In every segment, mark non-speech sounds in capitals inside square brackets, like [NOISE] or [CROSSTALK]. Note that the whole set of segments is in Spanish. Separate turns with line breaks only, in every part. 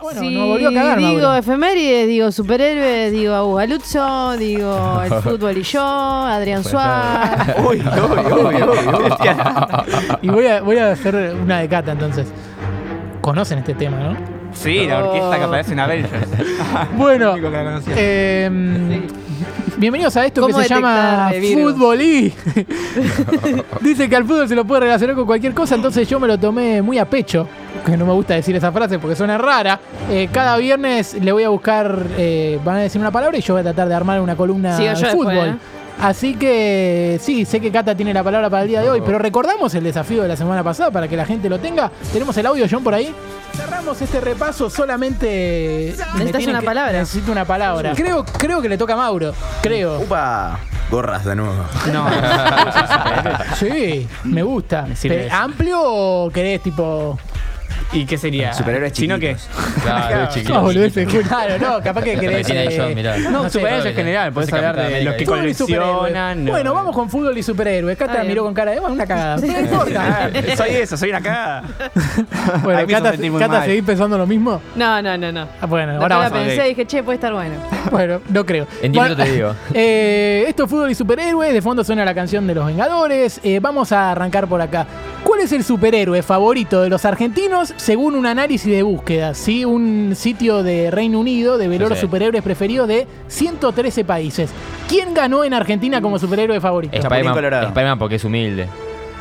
Bueno,
Si
nos volvió a cagar.
Digo
Maduro.
efemérides, digo superhéroes, digo Abugaluzzo, digo
[LAUGHS]
el fútbol y yo, Adrián Suárez.
Uy, obvio, obvio, obvio.
Y voy a, voy a hacer una de cata entonces. Conocen este tema, ¿no?
[LAUGHS] Sí, la orquesta que aparece en Avengers.
Bueno,
Único que la conocía.
eh, bienvenidos a esto que
¿Cómo
se llama
detectar el virus?
fútbol y [LAUGHS] dice que al fútbol se lo puede relacionar con cualquier cosa, entonces yo me lo tomé muy a pecho, que no me gusta decir esa frase porque suena rara. Eh, cada viernes le voy a buscar, eh, van a decir una palabra y yo voy a tratar de armar una columna
Sigo
de
yo
fútbol.
después, ¿eh?
Así que sí, sé que Cata tiene la palabra para el día de hoy, pero recordamos el desafío de la semana pasada para que la gente lo tenga. Tenemos el audio, John, por ahí. Cerramos este repaso solamente. me tienen
una
que-
palabra.
Necesito una palabra. Creo, creo que le toca a Mauro. Creo.
Upa, gorras de nuevo.
No,
[LAUGHS] Sí, me gusta.
Me sirve
Pe-
eso.
¿Amplio o querés tipo.?
¿y qué sería?
[LAUGHS] Superhéroes
¿Chino qué? [LAUGHS]
chiquitos.
Claro, chiquito.
No, boludeces, Claro, no, capaz que querés.
tiene
eh,
yo, mirá.
No,
sé,
superhéroes en
Capitán-
general, podés
no sé,
hablar
Capitán
de los
América.
que
Fútbol y
coleccionan.
superhéroes.
no.
Bueno, vamos con fútbol y superhéroes. Cata
Está bien.
miró con cara de. "Bueno, una cagada. Pero no
[LAUGHS]
importa.
Ah, Soy eso, soy una cagada. Ahí
Bueno,
me hizo
Cata,
sentir muy
Cata
mal.
¿seguís pensando lo mismo?
No, no, no, no.
Ah, Bueno,
Después
ahora
la
vamos a...
ver.
pensé y dije, che, puede estar bueno.
[LAUGHS] Bueno, no creo.
En 10
Bueno,
minutos te digo.
[LAUGHS] eh, esto es fútbol y superhéroes. De fondo suena la canción de los Vengadores. Eh, vamos a arrancar por acá. ¿Cuál es el superhéroe favorito de los argentinos según un análisis de búsqueda? Sí, un sitio de Reino Unido develó
Sí,
los
sí.
superhéroes preferidos de 113 países. ¿Quién ganó en Argentina como superhéroe favorito?
Chapulín Colorado.
Spiderman, Spiderman porque es humilde.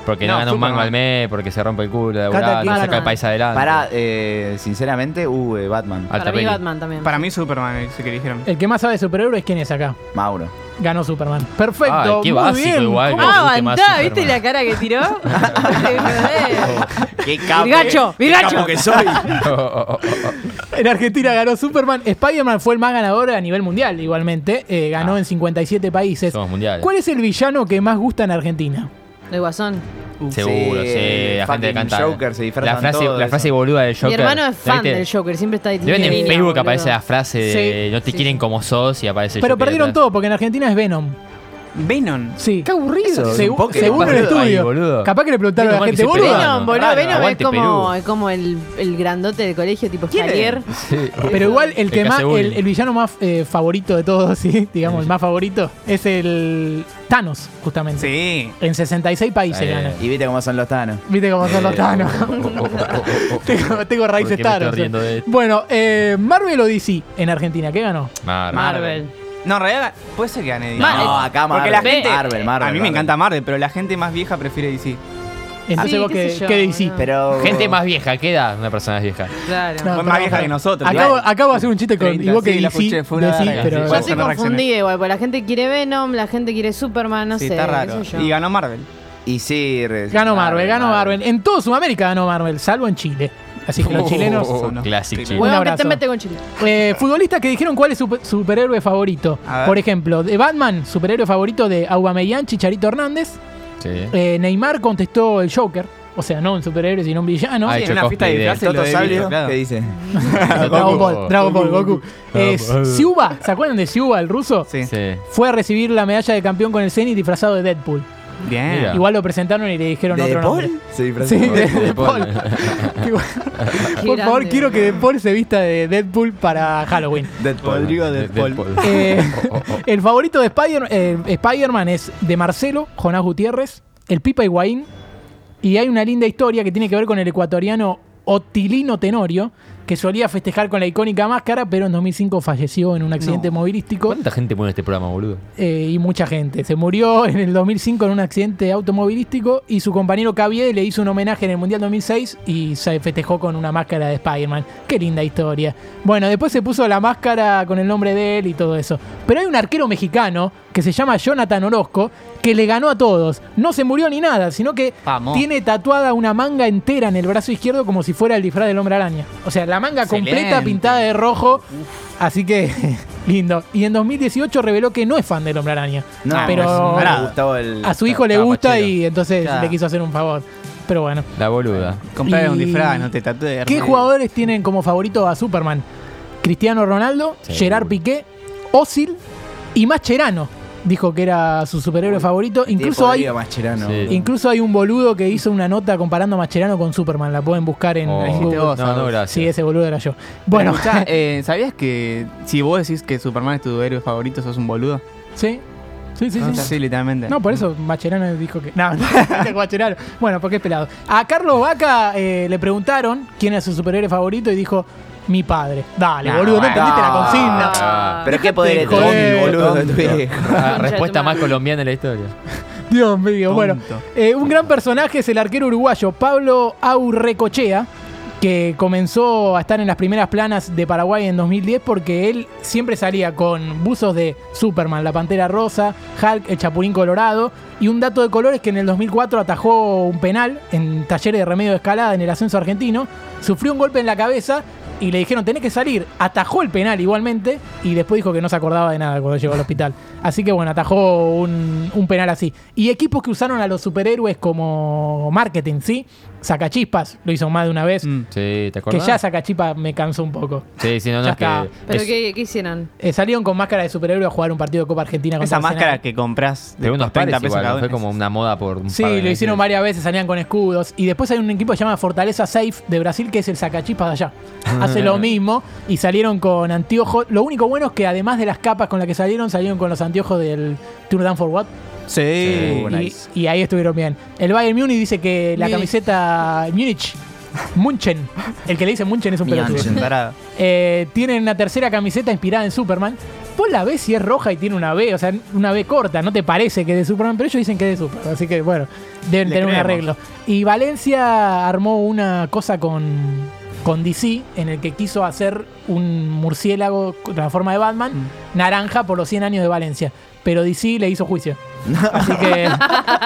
Porque no,
No,
gana un
Superman.
mango al mes, porque se rompe el culo, de
Cata,
laburar,
¿quién
no saca
ganó?
el país adelante.
Para, eh, sinceramente, uh, eh, Batman.
Alta
Para mí
peli.
Batman también.
Para mí Superman, dice que dijeron.
El que más sabe de superhéroes, ¿quién es acá?
Mauro.
Ganó Superman. Perfecto.
Ay, qué
muy
básico
bien.
igual,
¿Cómo?
me
Ah,
guste más
aguantá, ¿viste
[LAUGHS]
la
Superman.
cara que tiró? [LAUGHS] Joder.
¡Qué
Virgacho, virgacho.
capo que soy!
Oh, oh, oh, oh,
En Argentina ganó Superman. Spider-Man fue el más ganador a nivel mundial, igualmente. Eh, ganó
Ah.
en 57
oh.
países.
Somos mundiales.
¿Cuál es el villano que más gusta en Argentina?
El guasón.
Seguro, sí. La gente
fucking
que canta.
Joker, se disfrazan
la frase,
todo
la
eso.
frase boluda del Joker.
Mi hermano es
¿La
fan
viste?
del Joker, siempre está ahí.
Deben en
Mira,
Facebook
boludo.
aparece la frase de
Sí,
no te
sí,
quieren
sí.
como sos y aparece el
Pero
Joker
perdieron
detrás.
todo, porque en Argentina es Venom.
Venom.
Sí.
Qué aburrido.
Eso, es un
Segu-
Pokémon,
según el
boludo. Ay,
estudio.
boludo.
Capaz que le preguntaron a la
Menos mal que
gente,
se
boludo.
pelearon.
Venom, boludo.
Claro,
Venom es
aguante
como,
Perú.
es como el, el grandote del colegio, tipo
¿Quién es?
Javier.
Sí.
Pero igual el
El
que
que
más,
hace bullying.
el, el villano más eh, favorito de todos, [LAUGHS] sí, digamos, el más favorito, es el Thanos, justamente.
Sí.
En 66 países
Eh.
gana.
Y viste cómo son los Thanos.
Viste cómo son los
Eh,
Thanos. [LAUGHS]
oh, oh, oh, oh, oh, oh.
tengo, tengo raíces
¿Por qué me estoy
Thanos.
riendo de esto?
Bueno, eh, Marvel o DC en Argentina, ¿qué ganó?
Mar-
Marvel.
No, en realidad puede ser que gane.
No,
digamos.
Marvel.
acá Marvel.
Porque la gente-
Marvel, Marvel.
a mí me
Marvel.
encanta Marvel, pero la gente más vieja prefiere DC.
Entonces
Sí,
vos
qué
qué,
sé yo,
qué DC.
boludo.
Pero...
Gente más vieja, ¿qué edad una persona es vieja?
Claro.
No,
Más
pará,
vieja
pará.
que nosotros,
Acabo,
igual.
acabo de hacer un chiste con
30,
y vos que
sí, la
DC,
escuché, fue una
DC,
verga,
pero
sí,
Yo
Bueno,
estoy
no reaccioné.
confundida igual, porque la gente quiere Venom, la gente quiere Superman, no
sí,
sé.
está
qué
raro.
sé yo.
Y ganó Marvel.
Y sí... re-
ganó Marvel, ganó Marvel. En toda Sudamérica ganó Marvel, salvo en Chile. Así que los
Oh.
chilenos.
son los
Classic
primeros.
chile.
Bueno,
Huevón, que
abrazo.
te mete con Chile.
Eh, futbolistas que dijeron cuál es su pe- superhéroe favorito.
A ver.
Por ejemplo, de Batman, superhéroe favorito de Aubameyang, Chicharito Hernández.
Sí.
Eh, Neymar contestó el Joker. O sea, no un superhéroe, sino un villano. Eh,
Ay,
Sí, en una
Chocó,
fiesta de
idea.
disfraces lo
Toto
he
Salvio,
visto, claro.
¿qué dice?
Dragon Ball, Dragon Ball, Goku. Eh,
Dragon Ball.
Siuba, ¿se acuerdan de Siuba, el ruso?
Sí.
Sí.
Fue a recibir la medalla de campeón con el Zenit disfrazado de Deadpool.
Bien.
Mira.
Igual lo presentaron y le dijeron
¿De
otro nombre.
Paul? Sí,
Sí,
Francisco.
de,
De Paul.
Paul. Igual- Por favor,
grande.
quiero que De Paul se vista de Deadpool para Halloween.
Deadpool.
Eh,
[LAUGHS] Oh, oh, oh.
el favorito de Spider- eh, Spider-Man es de Marcelo, Jonás Gutiérrez, el Pipa Higuaín. Y hay una linda historia que tiene que ver con el ecuatoriano Otilino Tenorio, que solía festejar con la icónica máscara, pero en 2005 falleció en un accidente movilístico.
¿Cuánta gente pone este programa, boludo?
eh, y mucha gente. Se murió en el 2005 en un accidente automovilístico y su compañero Cavie le hizo un homenaje en el Mundial 2006 y se festejó con una máscara de Spider-Man. Qué linda historia. Bueno, después se puso la máscara con el nombre de él y todo eso. Pero hay un arquero mexicano que se llama Jonathan Orozco que le ganó a todos. No se murió ni nada, sino que
Vamos.
tiene tatuada una manga entera en el brazo izquierdo como si fuera el disfraz del hombre araña. O sea, la manga completa
Excelente.
pintada de rojo. Así que, [LAUGHS] lindo. Y en 2018 reveló que no es fan del hombre araña.
No,
pero
no le gustó el...
a su hijo le gusta
Capachero.
y entonces
Claro.
le quiso hacer un favor. Pero bueno.
La boluda.
Comprale un
Y-
disfraz, no te tatúes.
¿Qué
Hermes.
jugadores tienen como favorito a Superman? Cristiano Ronaldo,
Sí.
Gerard Piqué, Osil y Mascherano. dijo que era su superhéroe favorito. Incluso hay,
Podrido Mascherano.
Sí.
boludo.
incluso hay un boludo que hizo una nota comparando a Mascherano con Superman. La pueden buscar en,
Oh.
en
Dijiste
Google.
No,
vos,
no,
Agus.
gracias.
Sí, ese boludo era yo. Bueno, [LAUGHS]
Escuchá, eh, ¿sabías que si vos decís que Superman es tu héroe favorito, sos un boludo?
sí. Sí, sí,
Ah,
sí.
sí, literalmente.
No, por eso Macherano [LAUGHS] dijo que. No, no, Macherano. Bueno, porque es pelado. A Carlos Vaca eh, le preguntaron quién era su superhéroe favorito y dijo: Mi padre. Dale,
No,
boludo, no
bueno.
entendiste la consigna.
Ah,
Pero qué
de
poder
joder,
boludo.
tonto.
Ah,
Concha
respuesta
tu
más
madre.
colombiana de la historia.
[LAUGHS] Dios mío, bueno.
Tonto.
Eh, un gran personaje es el arquero uruguayo Pablo Aurrecochea, que comenzó a estar en las primeras planas de Paraguay en 2010 porque él siempre salía con buzos de Superman, la Pantera Rosa, Hulk, el Chapulín Colorado. Y un dato de color es que en el 2004 atajó un penal en talleres de remedio de escalada en el ascenso argentino, sufrió un golpe en la cabeza. Y le dijeron, tenés que salir. Atajó el penal igualmente. Y después dijo que no se acordaba de nada cuando llegó al hospital. Así que bueno, atajó un, un penal así. Y equipos que usaron a los superhéroes como marketing, ¿sí? Sacachispas, lo hizo más de una vez.
Mm.
Sí, ¿te
que
acordás?
ya Sacachispas me cansó un poco.
Sí, sí, no, no,
Ya
es que.
está.
¿Pero
es-
qué, qué hicieron?
Eh, salieron con máscara de superhéroe a jugar un partido de Copa Argentina contra
Esa
Arsenal.
máscara que compras de
Pero
30
unos pares
pesos
igual,
cada
¿no?
una.
fue como una moda por un
Sí,
par de
lo hicieron
meses.
varias veces, salían con escudos. Y después hay un equipo que se llama Fortaleza Safe de Brasil, que es el sacachispas de allá.
Ah.
Hace lo mismo y salieron con anteojos. Lo único bueno es que además de las capas con las que salieron, salieron con los anteojos del Tour Down for What.
Sí.
Sí.
Y,
Nice.
y ahí estuvieron bien. El Bayern Múnich dice que la
Múnich.
camiseta Múnich, Munchen, el que le dice Munchen es un pelotudo.
Munchen.
Tarado.
Eh, tienen una tercera camiseta inspirada en Superman. Vos la ves si es roja y tiene una B, o sea, una B corta, no te parece que es de Superman, pero ellos dicen que es de Superman, así que bueno, deben
Le
tener un
creemos.
arreglo. Y Valencia armó una cosa con, con DC en el que quiso hacer un murciélago con la forma de Batman,
Mm.
naranja por los 100 años de Valencia, pero DC le hizo
[LAUGHS]
juicio. Así que [LAUGHS]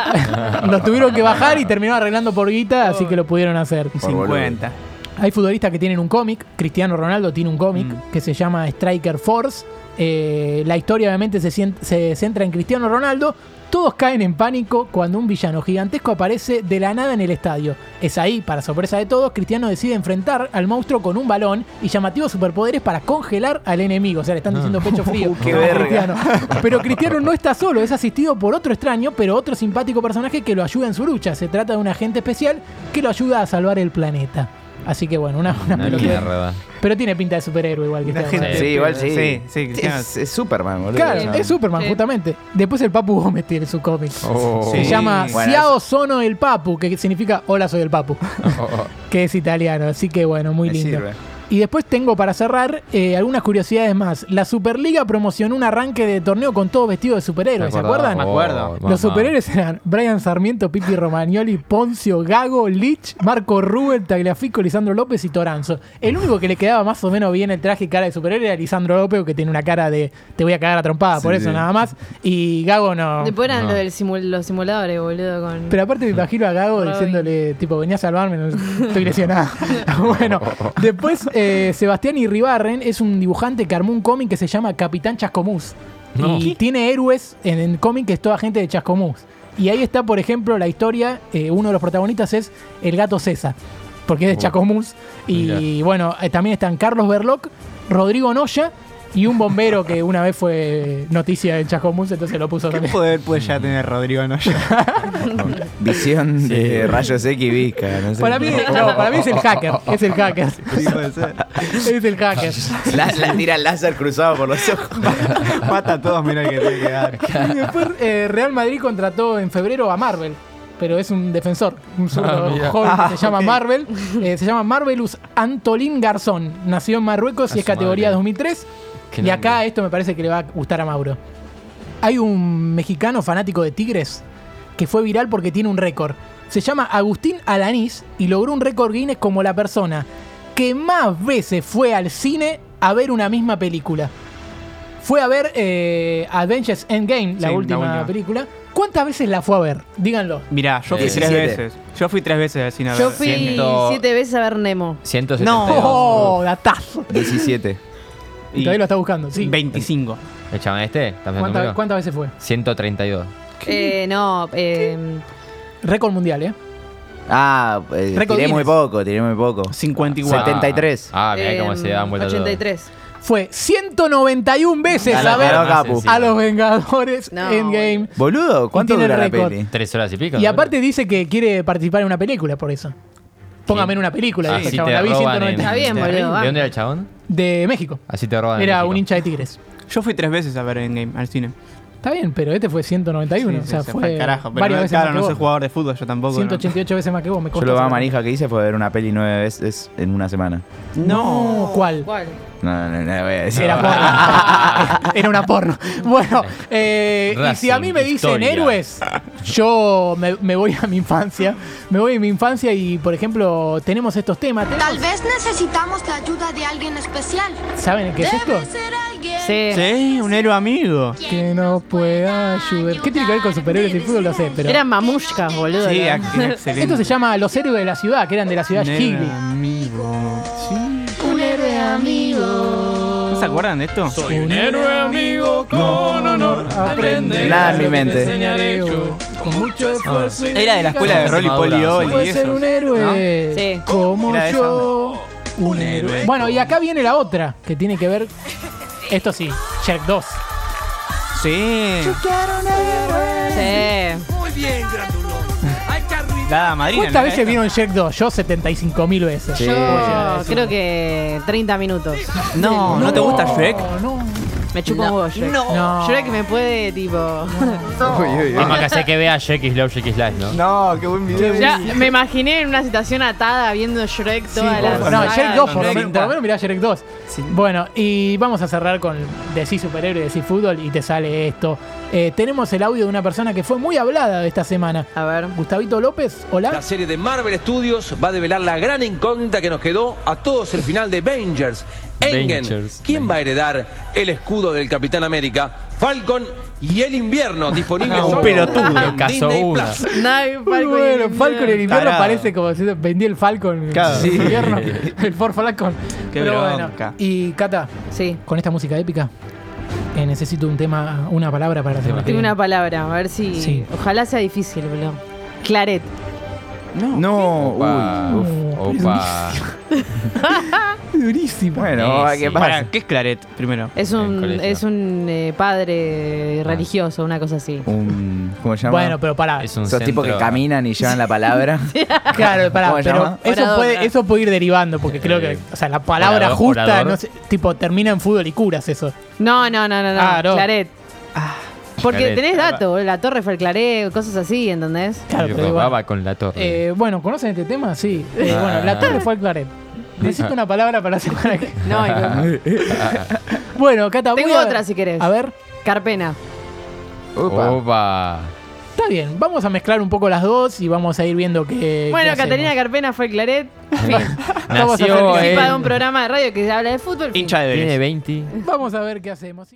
lo tuvieron que bajar y terminó arreglando por guita, así que lo pudieron hacer.
Por boludo.
50.
Hay futbolistas que tienen un cómic. Cristiano Ronaldo tiene un cómic
Mm.
que se llama Striker Force. Eh, la historia obviamente se, cien- se centra en Cristiano Ronaldo. Todos caen en pánico cuando un villano gigantesco aparece de la nada en el estadio. Es ahí, para sorpresa de todos, Cristiano decide enfrentar al monstruo con un balón y llamativos superpoderes para congelar al enemigo. O sea, le están
Ah.
diciendo pecho frío
Qué
a
verga.
Cristiano. Pero Cristiano no está solo, es asistido por otro extraño, pero otro simpático personaje que lo ayuda en su lucha. Se trata de un agente especial que lo ayuda a salvar el planeta. Así que bueno, una, una
Una
pelotudez.
mierda.
Pero tiene pinta de superhéroe igual que
La
este
gente-
hombre.
Sí, igual sí.
Sí, sí, Cristiano.
es, es Superman, boludo.
Claro,
Sí.
es Superman,
Sí.
justamente. Después el Papu Gómez tiene su cómic.
Oh.
Se [LAUGHS]
Sí.
llama
Bueno,
Ciao Sono el Papu, que significa Hola soy el Papu, [LAUGHS]
Oh, oh,
que es italiano, así que bueno, muy
Me
lindo.
sirve.
Y después tengo para cerrar eh, algunas curiosidades más. La Superliga promocionó un arranque de torneo con todo vestido de
¿te
superhéroes, ¿se
acordás?
acuerdan?
Me
Oh,
acuerdo.
mamá.
Los superhéroes eran Brian Sarmiento, Pipi Romagnoli, Poncio, Gago, Lich, Marco Rubén, Tagliafico, Lisandro López y Toranzo. El único que le quedaba más o menos bien el traje y cara de superhéroe era Lisandro López, que tiene una cara de te voy a cagar a trompada, por
Sí.
eso nada más. Y Gago no.
Después eran
No.
lo del simul- los simuladores, boludo, con...
Pero aparte me imagino a Gago
Robin.
diciéndole, tipo, venía a salvarme, no- estoy lesionada. [LAUGHS] bueno, después eh, Sebastián Irribarren es un dibujante que armó un cómic que se llama Capitán Chascomús.
No.
Y tiene héroes en el cómic que es toda gente de Chascomús. Y ahí está, por ejemplo, la historia, eh, uno de los protagonistas es el gato César, porque es de
Oh.
Chascomús. Y
Mirá.
bueno, eh, también están Carlos Berloc, Rodrigo Noya y un bombero que una vez fue noticia en Chascomús, entonces lo puso
¿Qué
también.
poder puede ya tener Rodrigo Noya?
[LAUGHS] Visión
Sí.
de rayos X Vizca. no sé.
Para
[LAUGHS]
mí, no, para mí es el hacker, es el hacker. Es el hacker.
La, la tira láser cruzado por los ojos.
[LAUGHS] Mata a todos, mira que tiene que dar.
Y después eh, Real Madrid contrató en febrero a Marvel. Pero es un defensor,
[LAUGHS]
un zurdo
Ah, mira.
joven que
Ah,
se llama
ok.
Marvel. Eh, se llama Marvelus Antolín Garzón. Nació en Marruecos
A
y es
Ah, su
categoría
madre.
2003.
Qué
y acá
nombre.
esto me parece que le va a gustar a Mauro. Hay un mexicano fanático de Tigres que fue viral porque tiene un récord. Se llama Agustín Alanís y logró un récord Guinness como la persona que más veces fue al cine a ver una misma película. Fue a ver eh, Avengers Endgame, la,
Sí, la
última
última.
película. ¿Cuántas veces la fue a ver? Díganlo.
Mirá, yo fui tres
17.
veces. Yo fui tres veces al cine a
Yo
ver
fui
Siento-
siete veces a ver Nemo.
172.
No.
¡Oh, datazo!
17.
Y
Y
todavía lo está buscando, sí.
25.
¿El chabón este? ¿También
¿Cuántas,
número?
cuántas veces fue?
132.
Eh, no, eh,
Récord mundial, ¿eh?
Ah, eh,
Récord
tiré muy
Guinness.
poco, tiré muy poco.
54.
Ah,
73.
Ah, mirá
eh,
cómo se dan vuelta todo.
83.
fue 191 veces
Ganó-
a ver
ganó Capu.
Sí,
a los Vengadores
No,
Endgame.
Boludo, ¿cuánto
tiene
dura la
récord.
peli?
Tres horas y pico.
Y
¿no?
aparte dice que quiere participar en una película por eso. Póngame en una película, dice
Así
el chabón.
Ah, te
La vi
roban
190.
en-
Está bien, boludo,
¿De
vamos.
dónde era el chabón?
De México.
Así te roban en
Era
México.
un hincha de Tigres.
Yo fui tres veces a ver Endgame al cine.
Está bien, pero este fue 191.
Sí,
o sea,
se
fue
al carajo. Pero
varias veces
claro,
más que
no soy
vos.
jugador de fútbol, yo tampoco. ¿no?
188 veces más que vos. Me
Yo
consta
lo más
saber.
manija que hice fue ver una peli nueve veces en una semana.
No, ¿cuál?
¿Cuál?
No, no, no, voy a decir.
Era
[LAUGHS]
porno. Era una porno. [LAUGHS] Bueno, eh, y si a mí
Racing,
me dicen
historia.
héroes, yo me, me voy a mi infancia. Me voy a mi infancia y, por ejemplo, tenemos estos temas. tenemos-
Tal vez necesitamos la ayuda de alguien especial.
¿Saben qué es esto?
Debe ser alguien
Sí.
Sí, un héroe amigo.
quien
Que nos pueda ayudar. ¿Qué tiene que ver con superhéroes y fútbol? Lo sé, pero.
Eran mamushkas, boludo.
Sí,
eran.
ac- excelente.
Esto se llama Los héroes de la ciudad, que eran de la ciudad
Un
Higley.
héroe amigo. Sí.
Un héroe amigo.
¿No se acuerdan de esto?
Un héroe amigo con honor aprende.
Nada en mi mente. Ah,
Con mucho esfuerzo.
Era de la escuela de Rolly Polly Oli y
Puede ser
eso.
un héroe
Sí.
como
Era esa
yo. Un héroe. Bueno, y acá viene la otra que tiene que ver. Esto sí, Shark 2.
Sí.
Sí.
Dada madrina.
¿Cuántas
¿no?
veces vieron Shark 2? Yo 75 mil veces.
Sí.
Yo creo que 30 minutos.
No, ¿no te gusta Shrek?
No,
Me chupa un huevo Shrek.
No.
Shrek me puede, tipo. [LAUGHS]
Vamos que hacer que vea Jake is Love, Jake
[LAUGHS]
is Life, ¿no?
No, qué buen video.
Ya me imaginé en una situación atada viendo Shrek toda la.
no,
saga.
Shrek 2, por lo menos,
Shrek
por lo
está.
menos mirá Shrek 2.
Sí.
Bueno, y vamos a cerrar con decir superhéroe, decir fútbol y te sale esto. Eh, tenemos el audio de una persona que fue muy hablada de esta semana.
A ver.
Gustavito López, hola.
La serie de Marvel Studios va a develar la gran incógnita que nos quedó a todos el final de Avengers. Engen,
Avengers.
¿quién va a heredar el escudo del Capitán América? Falcon y el invierno, disponible
No,
solo
pelotudo.
en
Cazó
Disney
una.
Plus.
Nadie, Falcon
Muy
y
bueno,
Ninja.
Falcon en invierno
Tarado.
parece como si vendí el Falcon
Claro.
en [LAUGHS] invierno. El Ford Falcon.
Qué
Pero bueno.
bronca.
Y Cata,
Sí.
con esta música épica, eh, necesito un tema, una palabra para la semana que
Tengo una
viene.
palabra, a ver si.
Sí.
Ojalá sea difícil, boludo. Claret.
No,
Opa.
uy.
Uh, pero es
Opa.
Durísima.
Bueno,
Sí,
¿qué
sí.
pasa?
Pará, ¿qué es Claret primero?
Es
En
un,
colegio.
es un eh, padre
Ah.
religioso, una cosa así.
Un, ¿Cómo se llama?
Bueno, pero pará.
Es un
Esos tipos que
centro-
caminan y llevan la palabra.
[LAUGHS] Claro, pará,
¿Cómo se
pero
llama?
eso
Orador,
puede,
claro.
eso puede ir derivando, porque creo que,
Eh,
o sea, la palabra
orador,
justa,
orador.
no sé, tipo, termina en fútbol y curas eso.
No, no, no, no, no.
Ah, no. Ah,
Claret. Porque
Claret.
tenés datos, boludo, la torre fue el claret, cosas así, ¿entendés?
Claro,
Yo
pero igual.
robaba con la torre.
Eh, bueno, ¿conocen este tema? Sí. Eh,
Ah.
Bueno, la tarde fue al claret. Necesito una palabra para la semana que
No, hijo.
[LAUGHS] Bueno, Cata,
Tengo
voy a-
otra, si querés.
A ver,
Carpena.
Eh, [LAUGHS]
Opa.
Opa.
está bien. Vamos a mezclar un poco las dos y vamos a ir viendo qué.
bueno,
qué
Catalina
hacemos.
Carpena fue el claret. Fin.
Vamos a
Nació
hacer-
en-
Participa de un programa de radio que habla de fútbol. fin.
Hincha de Vélez.
Tiene 20.
Vamos a ver qué hacemos.